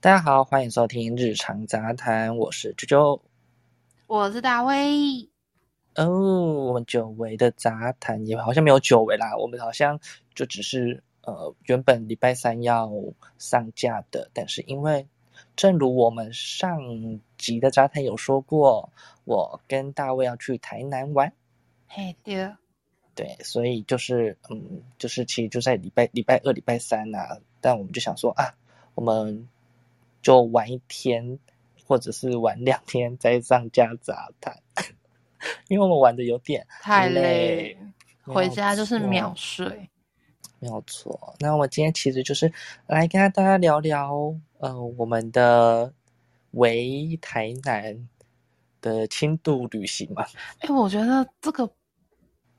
大家好，欢迎收听日常杂谈，我是啾啾。我是大卫，哦，我们久违的杂谈也好像没有久违啦，我们好像就只是呃原本礼拜三要上架的，但是因为正如我们上集的杂谈有说过，我跟大卫要去台南玩，嘿对，对，所以就是嗯，就是其实就在礼拜礼拜二、礼拜三呐、但我们就想说啊，我们就玩一天，或者是玩两天再上架杂谈， 因为我们玩的有点太累累了，回家就是没有秒错睡。没有错。那我们今天其实就是来跟大家聊聊，呃，我们的为台南的轻度旅行嘛，哎、我觉得这个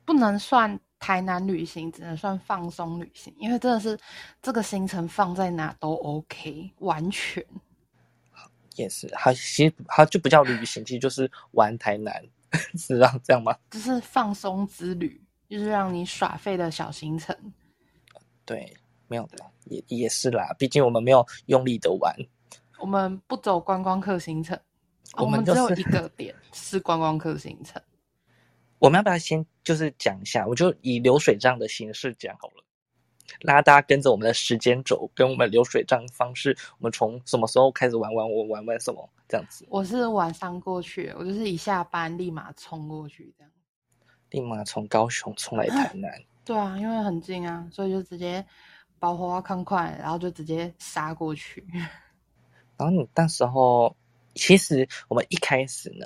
不能算台南旅行，只能算放松旅行，因为真的是这个行程放在哪都 OK，完全也是，好，其实它就不叫旅行，其实就是玩台南， 是啊，这样吗？就是放松之旅，就是让你耍废的小行程。对，没有啦，也也是啦，毕竟我们没有用力的玩，我们不走观光客行程，啊我们只有就是一个点是观光客行程。我们要不要先就是讲一下？我就以流水账的形式讲好了，拉大家跟着我们的时间轴，跟我们流水账方式，我们从什么时候开始玩玩我玩玩什么这样子，我是晚上过去，我就是一下班立马冲过去这样。立马从高雄冲来台南，对啊，因为很近啊，所以就直接包火啊，看快，然后就直接杀过去。然后你那时候，其实我们一开始呢，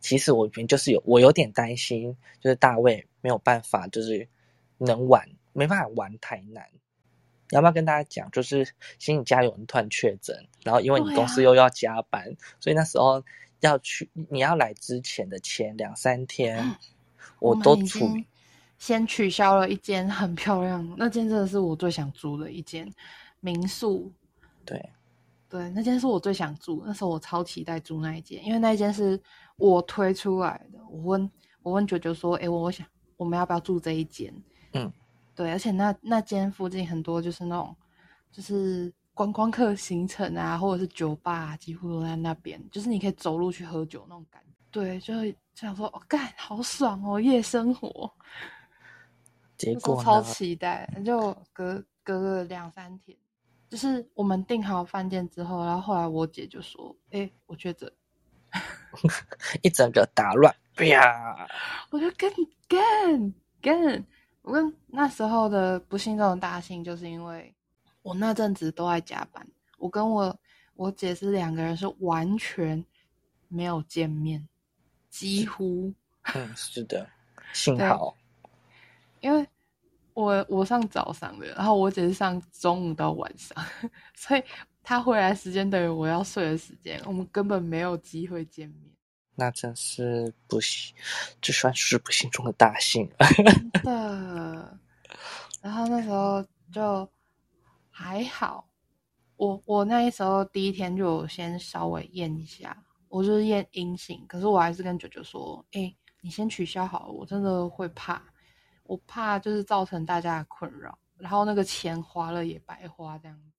其实我们就是有我有点担心，就是大卫没有办法，就是能玩没办法玩台南。你要不要跟大家讲，就是新你家有人突然确诊，然后因为你对啊公司又要加班，所以那时候要去你要来之前的前两三天，我嗯们都已处于经先取消了一间很漂亮，那间真的是我最想租的一间民宿。对对，那间是我最想住，那时候我超期待住那一间，因为那一间是我推出来的。我问我问九九说：“诶，我想我们要不要住这一间？”嗯，对，而且那那间附近很多就是那种就是观光客行程啊，或者是酒吧啊、几乎都在那边，就是你可以走路去喝酒那种感觉。对，就是想说，哦，干，好爽哦，夜生活。结那时候果超呢？期待，就隔隔个两三天，就是我们订好饭店之后，然后后来我姐就说：“哎、我确诊。一整个打乱，啪！”我就跟跟跟，我跟那时候的不幸中的大幸，就是因为我那阵子都在加班，我跟我我姐是两个人是完全没有见面，几乎嗯，是的，幸对好因为我我上早上的，然后我姐是上中午到晚上， 所以她回来时间等于我要睡的时间，我们根本没有机会见面。那真是不幸，这算是不幸中的大幸。啊真的。然后那时候就还好，我我那时候第一天就有先稍微验一下，我就是验阴性，可是我还是跟九九说，哎、你先取消好了，我真的会怕，我怕就是造成大家的困扰，然后那个钱花了也白花这样子。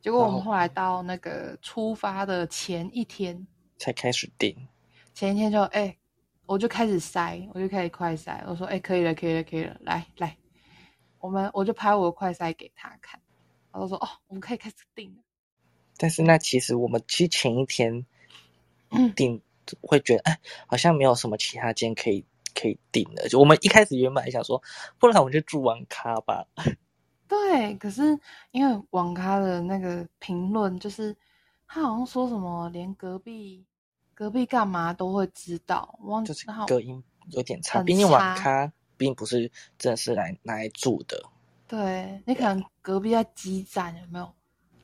结果我们然后后来到那个出发的前一天，才开始定，前一天就哎、欸我就开始塞，我就开始快塞，我说哎、欸可以了，可以了，可以了，来来，我们我就拍我的快塞给他看，然后说哦，我们可以开始订了，但是那其实我们其实前一天嗯定会觉得，哎，好像没有什么其他间可以可以定了。就我们一开始原本还想说，不然我们就住网咖吧。对，可是因为网咖的那个评论就是他好像说什么连隔壁隔壁干嘛都会知道，忘就是然后隔音有点差，哦很毕竟网差咖并不是真的是来拿来住的。对你可能隔壁在激战有没有？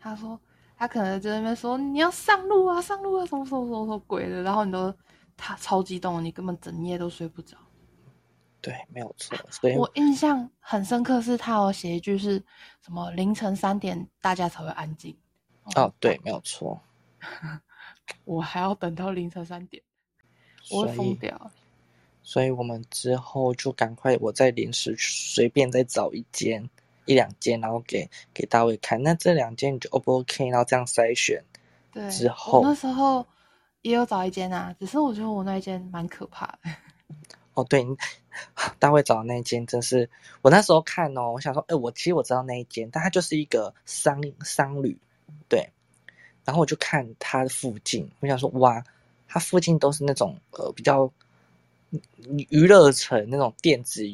他说他可能在那边说你要上路啊，上路啊，什么什么什么什么鬼的，然后你都他超激动，你根本整夜都睡不着。对，没有错。所以我印象很深刻是他有写一句是什么凌晨三点大家才会安静。哦，对，没有错。我还要等到凌晨三点，所我会疯以，掉。欸所以我们之后就赶快，我再临时随便再找一间一两间，然后给给大卫看。那这两间你就 O 不 OK？然后这样筛选，对，之我那后时候也有找一间啊，只是我觉得我那一间蛮可怕的。哦，对， 你大卫找的那一间真是，我那时候看哦，我想说，哎、我其实我知道那一间，但它就是一个商商旅，对。然后我就看它的附近，我想说，哇，它附近都是那种呃比较嗯娱乐城那种电子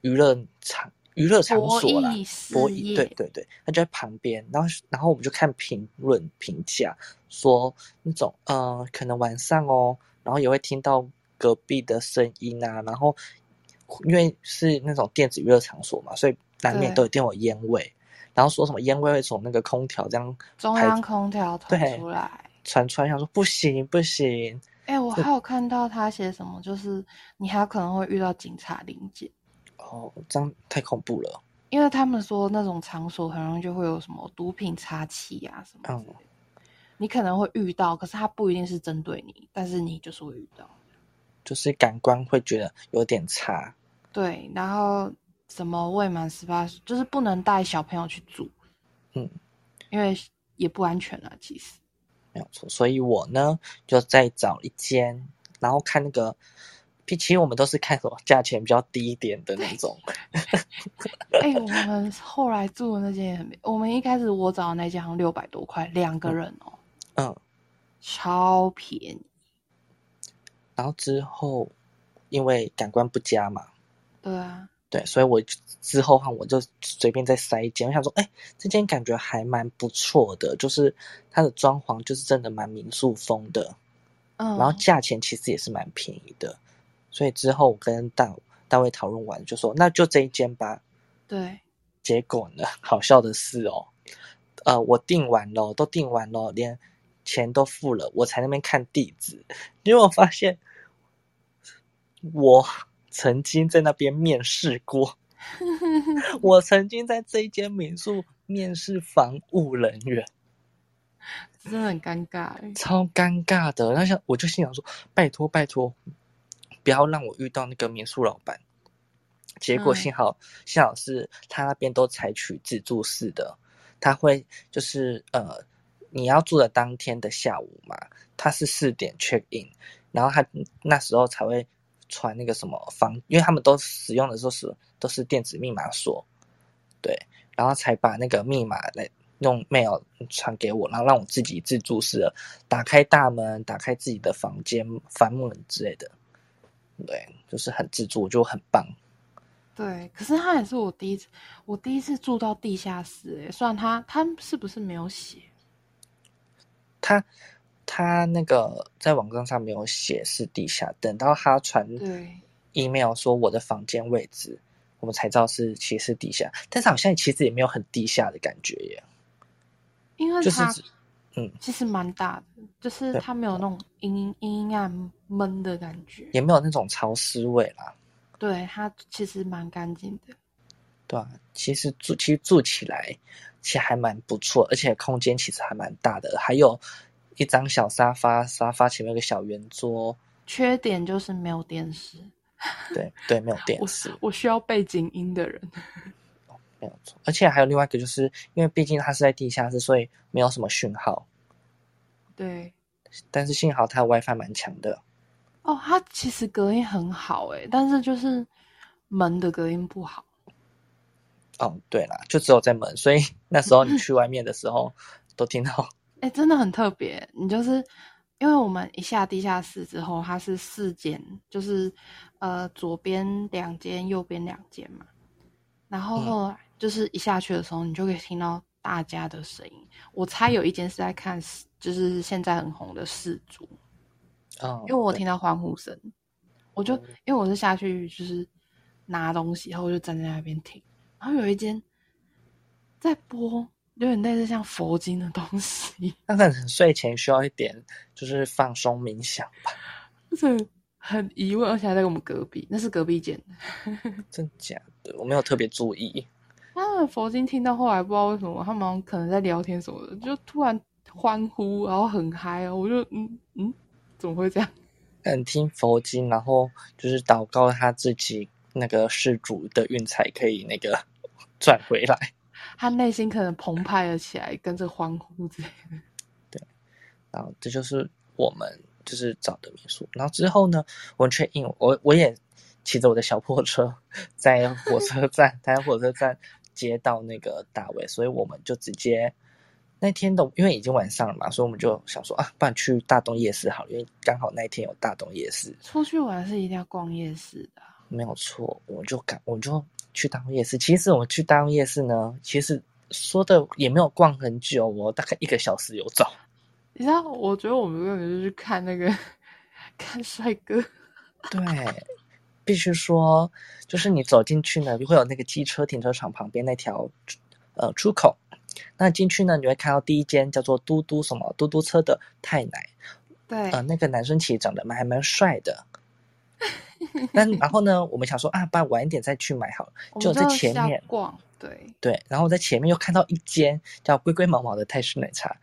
娱乐场娱乐场博所啦，弈事博弈业，对对对，他就在旁边，然后然后我们就看评论评价，说那种呃，可能晚上哦，然后也会听到隔壁的声音啊，然后因为是那种电子娱乐场所嘛，所以难免对都有一定有烟味，然后说什么烟味会从那个空调这样中排央空调对传出来。传出来，想说不行不行，哎、我还有看到他写什么，就是你还有可能会遇到警察临检，哦，这样太恐怖了，因为他们说那种场所很容易就会有什么毒品插旗啊什么哦之类的，你可能会遇到，可是他不一定是针对你，但是你就是会遇到。就是感官会觉得有点差，对，然后什么未满十八，就是不能带小朋友去住，嗯，因为也不安全啊，其实。没有错。所以我呢就再找一间，然后看那个，其实我们都是看什么价钱比较低一点的那种。哎、我们后来住的那间也很美，我们一开始我找的那间好像六百多块，两个人哦，嗯，超便宜。然后之后因为感官不佳嘛，对啊，对，所以我就之后哈我就随便再塞一间，我想说，哎，这间感觉还蛮不错的，就是它的装潢就是真的蛮民宿风的，嗯，然后价钱其实也是蛮便宜的，所以之后我跟大大卫讨论完就说，那就这一间吧。对， 结果呢， 好笑的是哦，呃，我订完了，都订完了，连钱都付了，我才那边看地址，结果发现我曾经在那边面试过， 我曾经在这一间民宿面试防务人员，真的很尴尬欸。超尴尬的。那想我就心想说，拜托拜托，不要让我遇到那个民宿老板。结果嗯幸好、幸好是他那边都采取自助式的，他会就是呃，你要住的当天的下午嘛，他是四点 check in，然后他那时候才会传那个什么房，因为他们都使用的都是都是电子密码锁，对，然后才把那个密码来用 mail 传给我，然后让我自己自助式的打开大门，打开自己的房间房门之类的，对，就是很自助，就很棒。对，可是他也是我第一次，我第一次住到地下室、欸，虽然他他是不是没有写？他他那个在网站上没有写是地下，等到他传对， email 说我的房间位置，我们才知道是其实是地下，但是好像其实也没有很地下的感觉耶，因为就是他只嗯其实蛮大的，就是对他没有那种阴阴阴暗闷的感觉，也没有那种潮湿味啦，对，他其实蛮干净的。对啊，其实住其实住起来其实还蛮不错，而且空间其实还蛮大的，还有一张小沙发，沙发前面有个小圆桌，缺点就是没有电视，对对，没有电我视。我需要背景音的人。没有错，而且还有另外一个，就是因为毕竟它是在地下室，所以没有什么讯号。对，但是幸好它的 WiFi 蛮强的，哦，它其实隔音很好诶、但是就是门的隔音不好。哦，对啦，就只有在门， 所以那时候你去外面的时候都听到，哎、真的很特别。你就是因为我们一下地下室之后，它是四间，就是呃左边两间，右边两间嘛。然后嗯后来就是一下去的时候，你就可以听到大家的声音。我猜有一间是在看世，就是现在很红的世足，哦， 因为我对哦听到欢呼声，我就因为我是下去就是拿东西，然后我就站在那边听，然后有一间在播。有点类似像佛经的东西，那可能睡前需要一点就是放松冥想吧，就是很疑问，而且还在我们隔壁，那是隔壁间。真假的，我没有特别注意，他们佛经听到后来不知道为什么，他们好像可能在聊天什么的，就突然欢呼，然后很嗨哦，我就嗯嗯，怎么会这样？但听佛经，然后就是祷告他自己那个世主的运才可以那个 转回来。他内心可能澎湃了起来，跟着欢呼之类的。然后啊这就是我们就是找的民宿。然后之后呢，我确定我我也骑着我的小破车在火车站， 台南火车站接到那个大卫，所以我们就直接那天的，因为已经晚上了嘛，所以我们就想说啊，不然去大东夜市好了，因为刚好那一天有大东夜市，出去玩是一定要逛夜市的啊。没有错，我就赶我就去大东夜市。其实我去大东夜市呢，其实说的也没有逛很久哦，大概一个小时有找。你知道，我觉得我们根本就是去看那个 看帅哥，对，必须说，就是你走进去呢，就会有那个机车停车场旁边那条呃出口。那进去呢，你会看到第一间叫做嘟嘟什么嘟嘟车的太奶，对，呃，那个男生其实长得蛮还蛮帅的。但然后呢，我们想说啊，不然晚一点再去买好了。我就们在真的前是要面逛，对，对，然后我在前面又看到一间叫龟龟毛毛的泰式奶茶，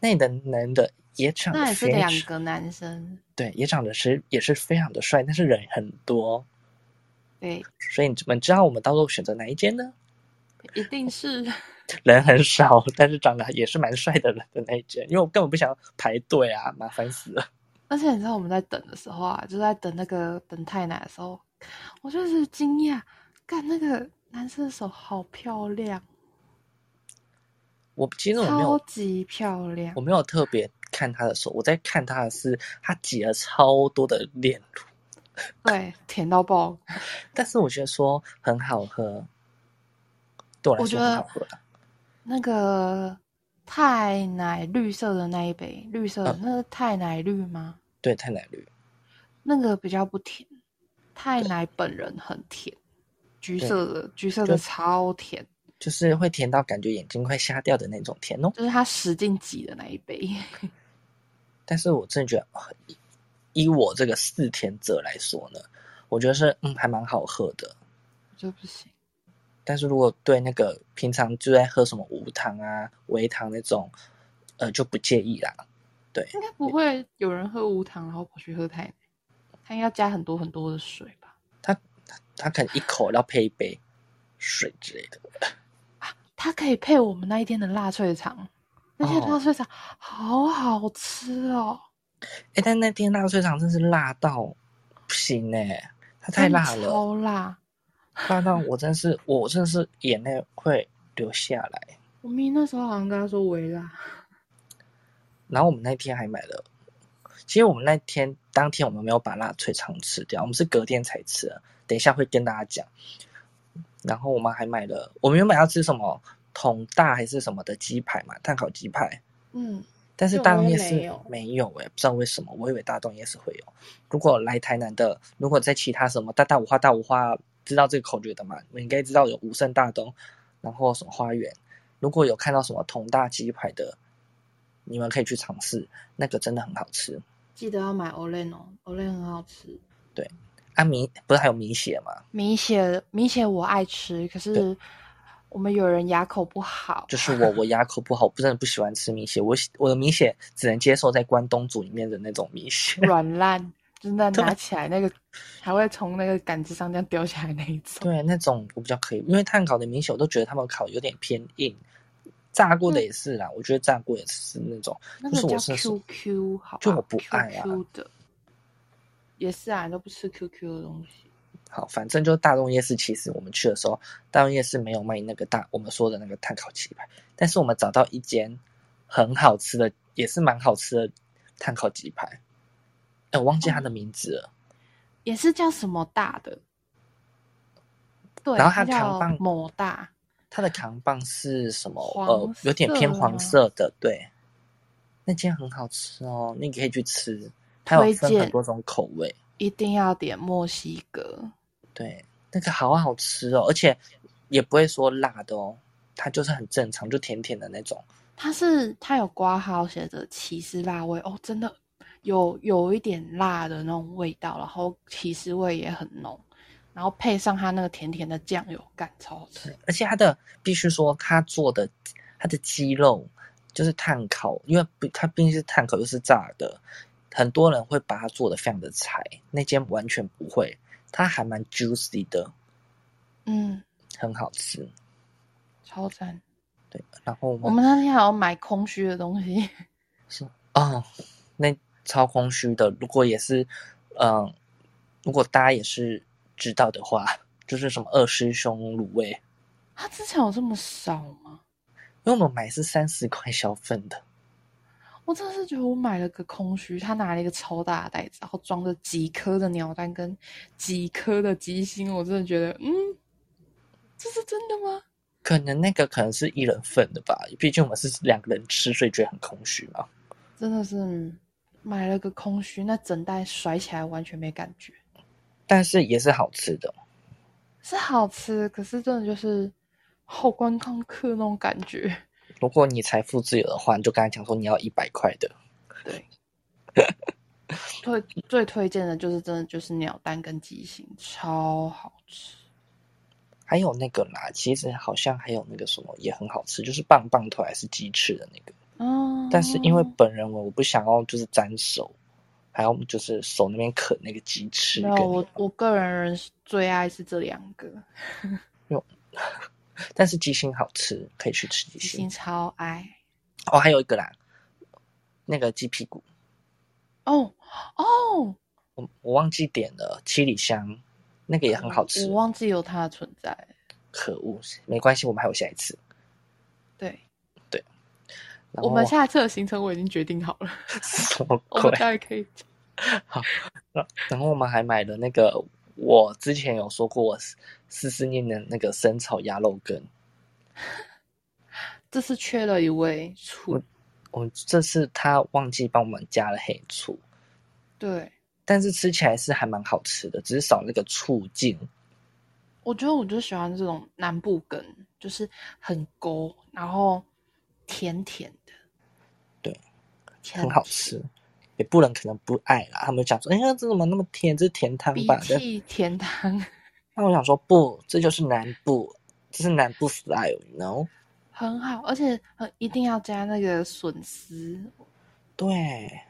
那里的男的也长得那也是非两常个男生，对，也长得是也是非常的帅，但是人很多，对，所以你们知道我们到时候选择哪一间呢？一定是人很少，但是长得也是蛮帅的人的那一间，因为我根本不想排队啊，麻烦死了。而且你知道我们在等的时候啊，就在等那个等太奶的时候，我就是惊讶，看那个男生的手好漂亮，我其实我没超有级漂亮我，没有特别看他的手，我在看他的是他挤了超多的炼乳，对，甜到爆。但是我觉得说很好喝，对我来我说觉很得好喝啦。那个太奶绿色的那一杯，绿嗯色的、那个太奶绿吗？对，太奶绿，那个比较不甜，太奶本人很甜，橘对色的橘色就的超甜，就是会甜到感觉眼睛快瞎掉的那种甜哦。就是他使劲挤的那一杯。 但是我真的觉得，啊以以我这个嗜甜者来说呢，我觉得是嗯还蛮好喝的。我就不行，但是如果对那个平常就在喝什么无糖啊、微糖那种，呃，就不介意啦。对，应该不会有人喝无糖然后跑去喝太奶，他应该加很多很多的水吧？他可能一口要配一杯水之类的。它可以配我们那一天的辣脆肠，那天的哦辣脆肠好好吃哦，哎，但那天辣脆肠真是辣到不行哎、它太真的辣了，超辣！辣到我真是我真是眼泪会流下来。我咪那时候好像跟他说微辣，然后我们那天还买了，其实我们那天当天我们没有把辣脆肠吃掉，我们是隔天才吃的。等一下会跟大家讲。然后我们还买了，我们原本要吃什么桶大还是什么的鸡排嘛，碳烤鸡排，嗯，但是就大东我夜也市没有没有哎、不知道为什么，我以为大东夜市会有。如果来台南的，如果在其他什么大大五花、大五花，知道这个口诀的嘛，你应该知道有五圣大东，然后什么花园。如果有看到什么同大鸡排的，你们可以去尝试，那个真的很好吃。记得要买 Olen 哦，Olen 很好吃。啊米不是还有米血吗？米血米血我爱吃，可是我们有人牙口不好，就是我，我牙口不好，我真的不喜欢吃米血，我喜我的米血只能接受在关东煮里面的那种米血。软烂，真的拿起来那个还会从那个杆子上这样掉下来那一种。对，那种我比较可以，因为碳烤的米血我都觉得他们烤有点偏硬，炸过的嗯也是啦，我觉得炸过也是那种，那就是我个是叫 QQ 好吧，就我不爱啊 QQ 的，也是啊，你都不吃 QQ 的东西。好，反正就是大东夜市，其实我们去的时候，大东夜市没有卖那个大我们说的那个碳烤鸡排，但是我们找到一间很好吃的，也是蛮好吃的碳烤鸡排，哎，我忘记它哦的名字了，也是叫什么大的，对，然后它它扛叫棒某大，它的扛棒是什么？黄呃，有点偏色黄吗色的，对，那间很好吃哦，你可以去吃，它有推分很荐多种口味。一定要点墨西哥，对，那个好好吃哦，而且也不会说辣的哦，它就是很正常，就甜甜的那种。它是它有挂号写着起司辣味哦，真的有有一点辣的那种味道，然后起司味也很浓，然后配上它那个甜甜的酱油，感超好吃。而且它的必须说，它做的它的鸡肉就是炭烤，因为不它毕竟是炭烤又是炸的，很多人会把它做的非常的柴，那间完全不会，它还蛮 juicy 的，嗯，很好吃。超赞。对，然后我我们们那天还要买空虚的东西，是哦，那超空虚的。如果也是，嗯，如果大家也是知道的话，就是什么二师兄卤味，它之前有这么少吗？因为我们买是三十块小份的，我真的是觉得我买了个空虚，他拿了一个超大的袋子，然后装着几颗的鸟蛋跟几颗的鸡心，我真的觉得，嗯，这是真的吗？可能那个可能是一人份的吧，毕竟我们是两个人吃，所以觉得很空虚嘛。真的是买了个空虚，那整袋甩起来完全没感觉，但是也是好吃的。是好吃，可是真的就是后观光客那种感觉。如果你财富自由的话，你就跟他讲说你要一百块的。对，推最推荐的就是真的就是鸟蛋跟鸡心，超好吃。还有那个啦，其实好像还有那个什么也很好吃，就是棒棒头还是鸡翅的那个。哦，但是因为本人我我不想要就是沾手，还要就是手那边啃那个鸡翅没跟有那个，我我个人人是最爱是这两个，但是鸡心好吃，可以去吃鸡鸡心心。超爱。哦，还有一个啦，那个鸡屁股，哦哦，我我忘记点了七里香，那个也很好吃我。忘记有它的存在。可恶，没关系，我们还有下一次。对，然后我们下次的行程我已经决定好了，什么我鬼们？大概可以讲。然后我们还买了那个，我之前有说过我思思念的那个生炒鸭肉羹，这次缺了一位厨，我这次他忘记帮我们加了黑醋，对但是吃起来是还蛮好吃的，只是少那个醋劲。我觉得我就喜欢这种南部梗，就是很勾，然后甜甜的，对，甜很好吃。也不能可能不爱啦，他们讲说，哎呀，这怎么那么甜？这是甜汤鼻吧？但涕甜汤， 那我想说，不，这就是南部，这是南部 style，you know？很好，而且很一定要加那个笋丝，对，嗯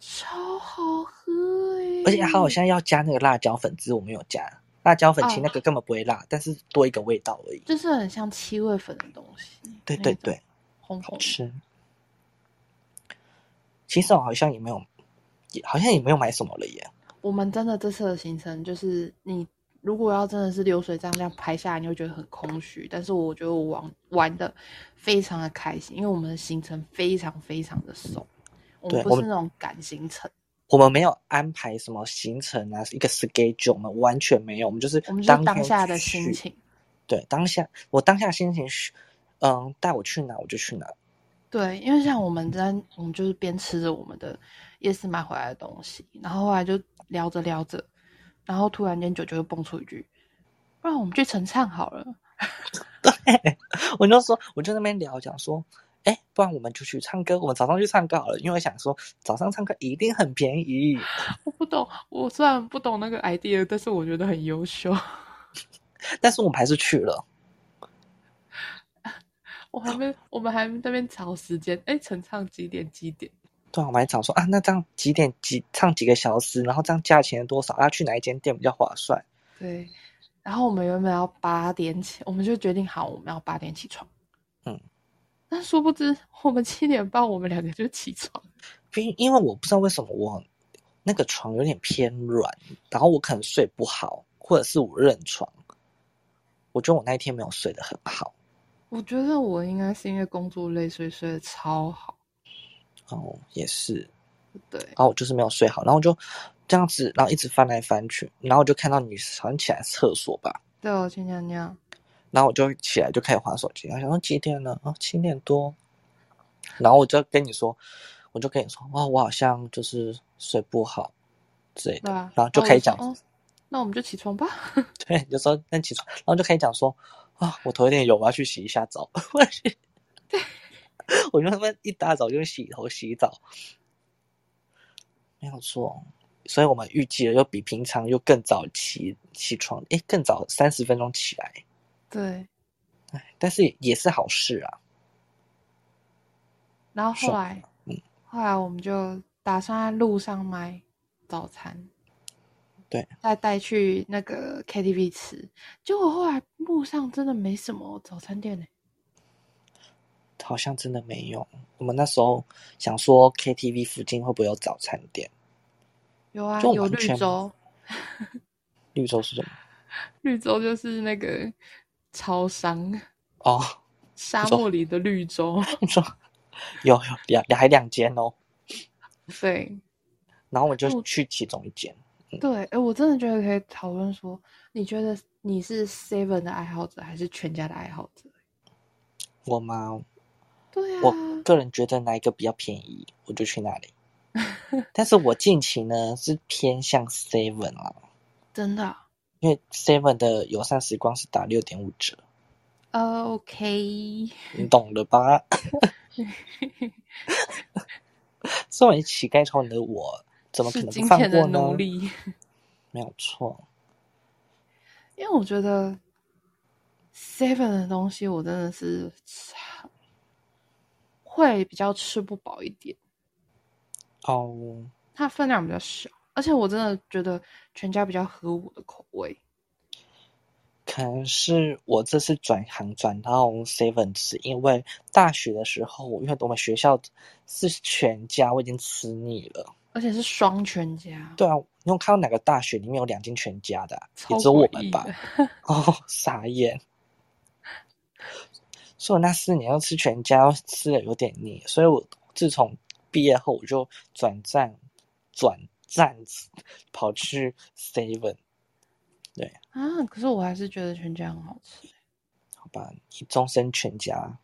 超好喝欸诶、而且还好像要加那个辣椒粉汁，我没有加辣椒粉，其实那哦个根本不会辣，但是多一个味道而已。就是很像七味粉的东西，对那对种对，红红好的吃。其实我好像也没有，也好像也没有买什么了耶。我们真的这次的行程就是你。如果要真的是流水账这样拍下来，你会觉得很空虚。但是我觉得我玩玩的非常的开心，因为我们的行程非常非常的松，我们对不我是们那种赶行程，我们没有安排什么行程啊，一个 schedule，我们完全没有，我们就是我们就是当当天下的去心。情。对，当下我当下心情是，嗯，带我去哪我就去哪。 对，因为像我们在，我们就是边吃着我们的夜市买回来的东西，然后后来就聊着聊着，然后突然间九九就蹦出一句：“不然我们去陈唱好了。我就说，我就在那边聊，讲说，哎、不然我们就去唱歌，我们早上去唱歌好了，因为我想说早上唱歌一定很便宜。” 我不懂，我虽然不懂那个 idea，但是我觉得很优秀。 但是我们还是去了。我还没，我们还在那边找时间，哎，陈唱几点？几点？对啊，我们还找说啊，那这样几点几唱几个小时，然后这样价钱多少啊？去哪一间店比较划算？对。然后我们原本要八点起，我们就决定好我们要八点起床。嗯。但殊不知，我们七点半，我们两个就起床。因因为我不知道为什么我那个床有点偏软，然后我可能睡不好，或者是我认床，我觉得我那一天没有睡得很好。我觉得我应该是因为工作累，所以睡得超好。哦，也是，对，然后我就是没有睡好，然后我就这样子，然后一直翻来翻去，然后我就看到你好像起来厕所吧，对哦我去尿尿，然后我就起来就开始划手机，然后想说几点了？哦，七点多。然后我就跟你说，我就跟你说，哦，我好像就是睡不好之类对的，啊，然后就可以讲，我说哦，那我们就起床吧。对，你就说那起床，然后就可以讲说，啊、我头有点油，我要去洗一下澡。 我去， 我就他妈一大早就洗头洗澡，没有错。所以我们预计了又比平常又更早起起床，诶，更早三十分钟起来，对，哎，但是也是好事啊。然后后爽来嗯，后来我们就打算在路上买早餐，对，再带去那个 KTV 欸吃。结果后来路上真的没什么早餐店呢、好像真的没有。我们那时候想说 KTV 附近会不会有早餐店？有啊，就有完绿全洲，绿洲是什么？绿洲就是那个超商，哦， 沙说漠里的 绿洲。我说有有两还两间哦，对然后我就哦去其中一间。对，哎，我真的觉得可以讨论说，你觉得你是 Seven 的爱好者还是全家的爱好者？我妈，对啊，我个人觉得哪一个比较便宜，我就去哪 里。但是我近期呢是偏向 Seven 啦，真的啊。因为 Seven 的友善时光是打六点五折，啊 OK，你懂了吧？ 作为乞丐超人的我， 怎么可是能金不放钱过的呢？奴 隶。没有错，因为我觉得 Seven 的东西，我真的是会比较吃不饱一点，哦，它分量比较小，而且我真的觉得全家比较合我的口味。可能是我这次转行转到 Seven，是因为大学的时候，因为我们学校是全家，我已经吃腻了。而且是双全家，对啊，你有看到哪个大学里面有两间全家的啊、也超只有我诡们异吧 的。？哦，傻眼。所以我那四年要吃全家，吃的有点腻，所以我自从毕业后我就转战转战跑去 Seven，啊，可是我还是觉得全家很好吃，好吧，一终身全家。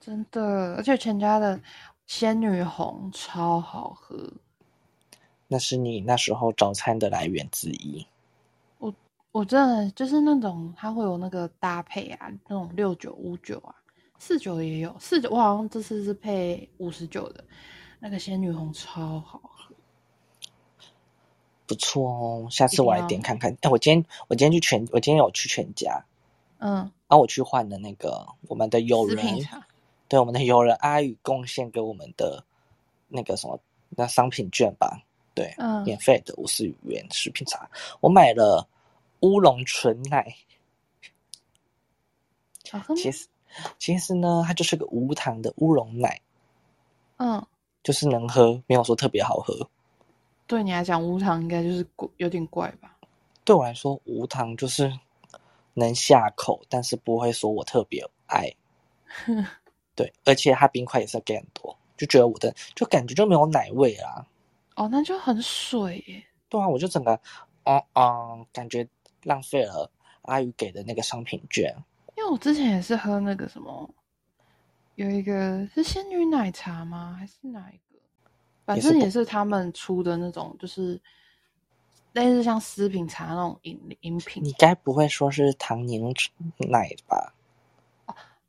真的。而且全家的仙女红超好喝，那是你那时候早餐的来源之一。我真的就是那种它会有那个搭配啊，那种六九五九啊，四九也有四九，我好像这次是配五十九的，那个仙女红超好喝。不错哦，下一次定我来要点看看。哎、我今天我今天去全，我今天有去全家，嗯，然后我去换了那个我们的友食品人，茶对我们的友人阿宇贡献给我们的那个什么那商品券吧，对，嗯免费的五十元食品茶，我买了乌龙纯奶，好喝吗？其实其实呢，它就是个无糖的乌龙奶，嗯，就是能喝，没有说特别好喝。对你来讲无糖应该就是怪有点怪吧？对我来说，无糖就是能下口，但是不会说我特别爱。对，而且它冰块也是给很多，就觉得我的就感觉就没有奶味啦。哦，那就很水耶。对啊，我就整个，嗯嗯，感觉浪费了阿宇给的那个商品券。因为我之前也是喝那个什么，有一个是仙女奶茶吗？还是哪一个？反也是正不也是他们出的那种，就是类似像食品茶那种饮饮品你。该不会说是唐宁奶吧？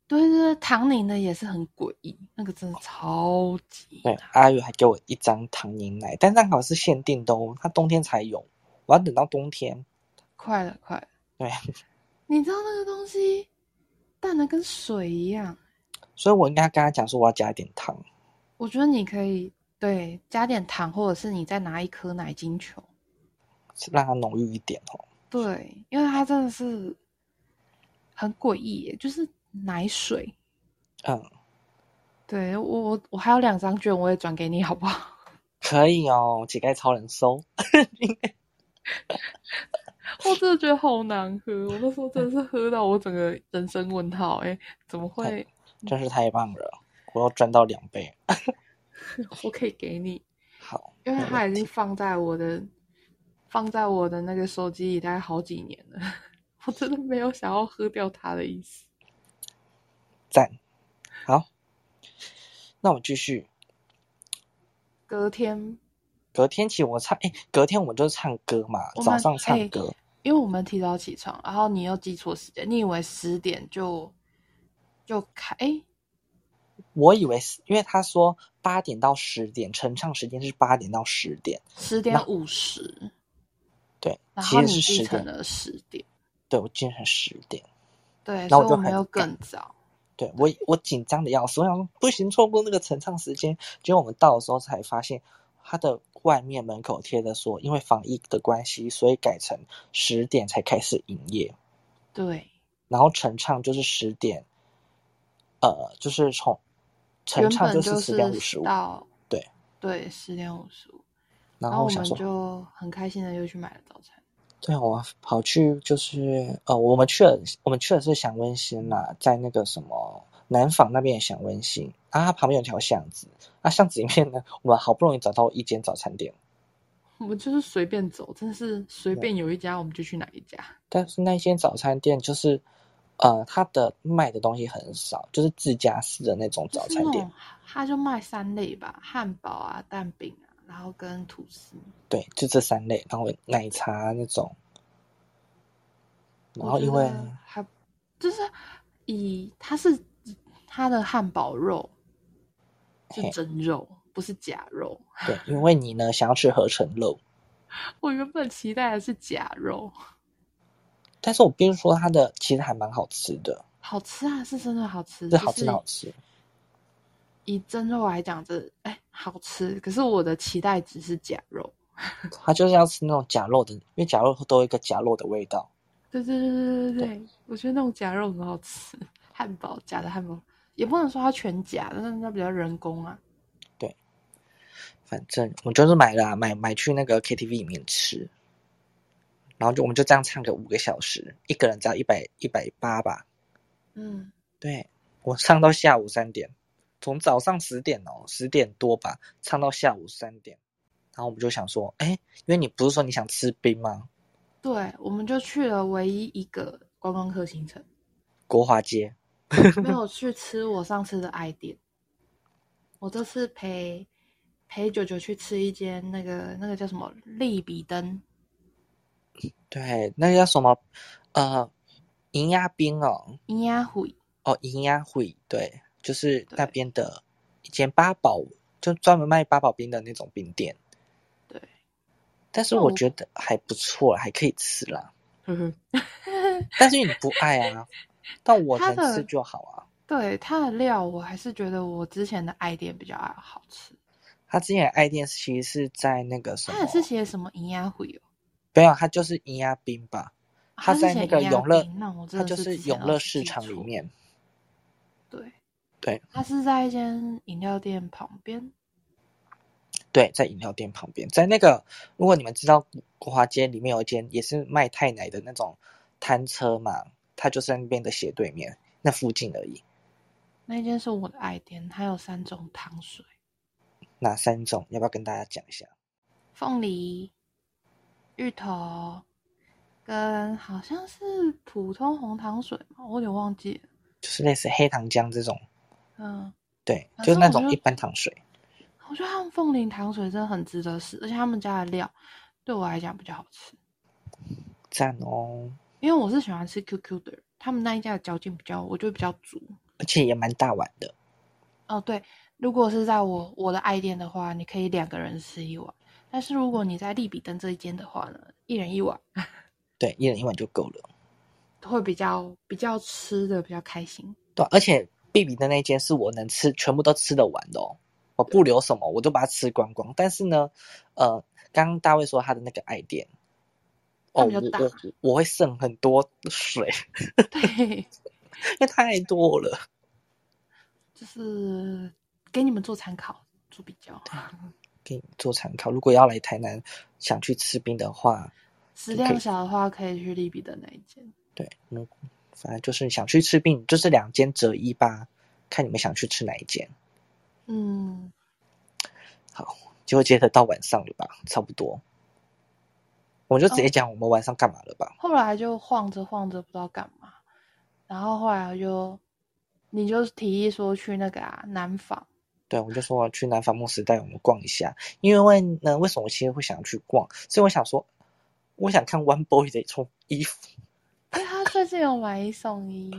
对对对，唐宁的也是很诡异，那个真的超级哦对难。，阿宇还给我一张唐宁奶，但那好是限定的哦，它冬天才有，我要等到冬天。快了快了。对， 你知道那个东西淡的跟水一样，所以我应该跟他讲说我要加一点糖。我觉得你可以对加点糖，或者是你再拿一颗奶精球。让它浓郁一点哦。对，因为它真的是很诡异耶，就是奶水。嗯，对我我我还有两张券，我也转给你好不好？ 可以哦，乞丐超人收。我真的觉得好难喝，我那时候真的是喝到我整个人生问号，哎，怎么会？真是太棒了，我又赚到两倍。我可以给你，好，因为没它问已题经放在我的放在我的那个手机里大概好几年了， 我真的没有想要喝掉它的意思。赞。好，那我们继续。隔天，隔天起我唱，哎、隔天我就唱歌嘛，我们早上唱歌。因为我们提早起床，然后你又记错时间，你以为十点就就开，哎，我以为是，因为他说八点到十点，晨唱时间是八点到十点，十点五十，对，然其后实你是记十成点，了十点，对我记成十点，对，那我所以就我们很又赶更早。对我我紧张的要死，我想说不行，错过那个晨唱时间。结果我们到的时候才发现，它的外面门口贴的说，因为防疫的关系，所以改成十点才开始营业，对，然后晨唱就是十点呃，就是从晨原唱本是就十点五十五，到对对十点五十五，然然后后我我想们说，就很开心的又去买了早餐。对啊，我们跑去就是呃，我们去了，我们去的是祥温馨啦，在那个什么南纺那边的祥温馨，啊，它旁边有条巷子，啊，巷子里面呢，我们好不容易找到一间早餐店，我们就是随便走，真的是随便有一家我们就去哪一家。但是那间早餐店就是，呃，它的卖的东西很少，就是自家式的那种就早是餐那店种，，它就卖三类吧，汉堡啊、蛋饼啊，然后跟吐司。对，就这三类，然后奶茶那种，然后我觉因为得还就是以它是它的汉堡肉是嘿真肉，不是假肉。对，因为你呢想要吃合成肉，我原本期待的是假肉，但是我必须说它的其实还蛮好吃的，好吃啊，是真的好吃。这就好吃是的好吃，以真肉来讲，这哎好吃。可是我的期待值是假肉。它就是要吃那种夹肉的，因为夹肉都有一个夹肉的味道，对对对对对对，我觉得那种假肉很好吃，汉堡假的汉堡也不能说它全假，但是那比较人工啊。反正我就是买了啊、买买去那个 KTV 里面吃，然后就我们就这样唱个五个小时，一个人只要一百一百八吧。嗯，对，我唱到下午三点，从早上十点哦，十点多吧，唱到下午三点。然后我们就想说，哎，因为你不是说你想吃冰吗？对，我们就去了唯一一个观光客行程，国华街，嗯没有去吃我上次的爱店。我这次陪陪九九去吃一间那个那个叫什么利比登，对，那个叫什么，呃，银鸭冰哦，伊亚虎哦，银鸭会，对，就是那对边的一间八宝，就专门卖八宝冰的那种冰店。对，但是那我我觉得还不错，还可以吃啦。呵呵，但是因为你不爱啊，但我它能吃的就好啊。对它的料，我还是觉得我之前的爱店比较好吃。他之前的爱店其实是在那个什它么也，是写什么银牙虎油，没有，他就是银牙冰吧？啊他它是在写那个银牙永乐冰，那我，真他的就是是之前永都乐是市记场里错。面。对，对它是在一间饮料店旁边。对，在饮料店旁边，在那个如果你们知道国华街里面有一间也是卖太奶的那种摊车嘛，它就是在那边的斜对面那附近而已。那间是我的爱店，它有三种糖水：哪三种？要不要跟大家讲一下？凤梨、芋头，跟好像是普通红糖水嘛，我有点忘记了。就是类似黑糖浆这种，嗯，对，反就是正那种我就一般糖水。我觉得他们凤梨糖水真的很值得试，而且他们家的料对我来讲比较好吃，赞哦，因为我是喜欢吃 QQ 的人，他们那一家的嚼劲比较，我觉得比较足。而且也蛮大碗的。哦，对，如果是在我我的爱店的话，你可以两个人吃一碗；但是如果你在利比登这一间的话呢，一人一碗对，一人一碗就够了。会比较比较吃的比较开心。 对啊，而且必比的那一间是我能吃全部都吃得完的哦，我不留什么，我都把它吃光光。但是呢，呃，刚刚大卫说他的那个爱店，哦，它比我较大我我会剩很多水， 对，因为太多了。就是给你们做参考，做比较。给你做参考，如果要来台南想去吃冰的话，食可以量小的话，可以去利比登那一间。对，嗯，反正就是想去吃冰，就是两间折一吧，看你们想去吃哪一间。嗯，好，就会接着到晚上了吧，差不多，我就直接哦讲我们晚上干嘛了吧。后来就晃着晃着不知道干嘛，然后后来我就你就提议说去那个啊南纺，对，我就说我去南方梦时代，我们逛一下。因为呢，为什么我其实会想去逛？所以我想说，我想看 One Boy 的一种衣服。因为他最近有买一送一。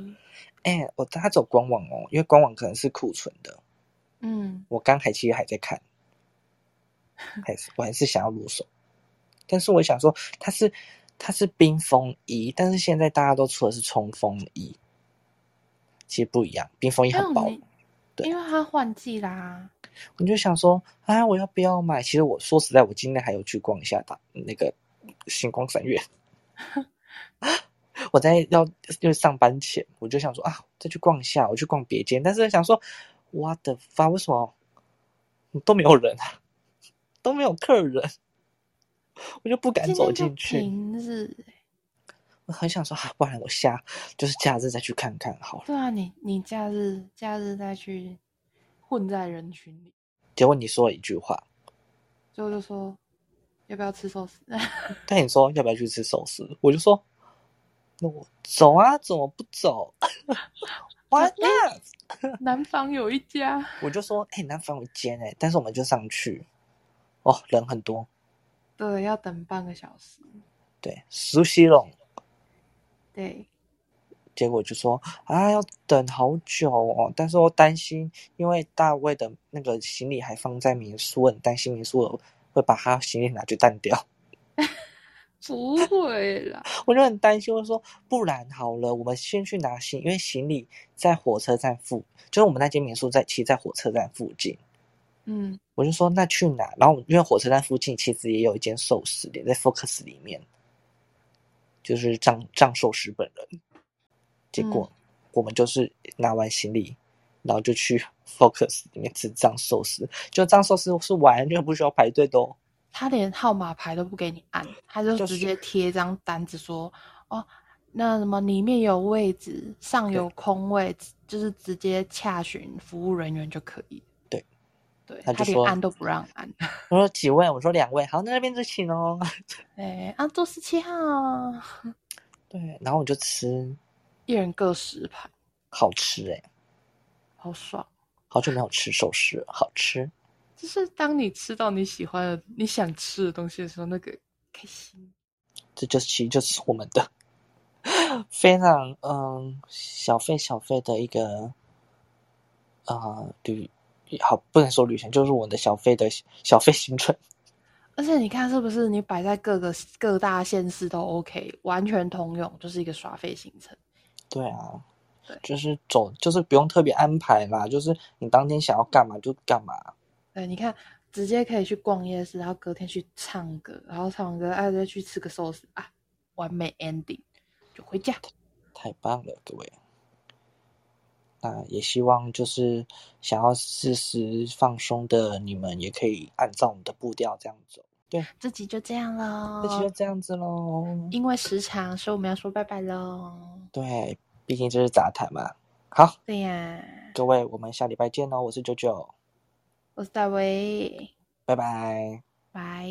哎，我他走官网哦，因为官网可能是库存的。嗯，我刚还其实还在看，还是我还是想要入手。但是我想说，它是它是冰风衣，但是现在大家都出的是冲锋衣，其实不一样。冰风衣没很有薄，你，对因为它换季啦。我就想说，啊，我要不要买？其实我说实在， 我今天还有去逛一下大那个星光三月，我在要就是上班前，我就想说啊，再去逛一下，我去逛别间。但是想说，what the fuck，为什么都没有人啊，都没有客人，我就不敢今走天就进去。平日欸，我很想说啊，不然我下就是假日再去看看好了。对啊，你你假日假日再去混在人群里，结果你说了一句话，最后就说要不要吃寿司？ 但你说要不要去吃寿司，我就说，那我走啊，怎么不走 ？Why not？南方有一家，我就说，哎、南方有一间哎，但是我们就上去，哦，人很多，对，要等半个小时。对，熟悉龙。对，结果就说啊，要等好久哦，但是我担心，因为大卫的那个行李还放在民宿，我很担心民宿会把他行李拿去淡掉，不会啦，我就很担心。我说不然好了，我们先去拿行，因为行李在火车站附，就是我们那间民宿在其实在火车站附近。嗯，我就说那去哪？然后因为火车站附近其实也有一间寿司店，在 Focus 里面，就是藏藏寿司本人。结果我们就是拿完行李，然后就去 Focus 里面吃藏寿司。就藏寿司是完全不需要排队的哦。他连号码牌都不给你按，他就就是直接贴一张单子说，哦，那什么里面有位置，上有空位，就是直接洽询服务人员就可以。对，对他就他连说按都不让按。我说几位？我说两位。好，那那边就请哦。 哎，啊，坐十七号，对，然后我就吃，一人各十盘，好吃诶、好爽。好久没有吃寿司了，好吃。就是当你吃到你喜欢的、你想吃的东西的时候，那个开心。这就是其实就是我们的非常嗯小费小费的一个啊、呃旅，好不能说旅行，就是我们的小费的小费行程。而且你看，是不是你摆在各个各大县市都 OK，完全通用，就是一个耍废行程。对啊对，就是走，就是不用特别安排啦，就是你当天想要干嘛就干嘛。对，你看，直接可以去逛夜市，然后隔天去唱歌，然后唱完歌，哎、再去吃个寿司啊，完美 ending，就回家。太棒了，各位！那也希望就是想要适时放松的你们，也可以按照我们的步调这样走。这集就这样喽那，就这样子喽。因为时长，所以我们要说拜拜喽。对，毕竟这是杂谈嘛。好，对呀、各位，我们下礼拜见喽！我是九九，我是大威，拜拜。拜。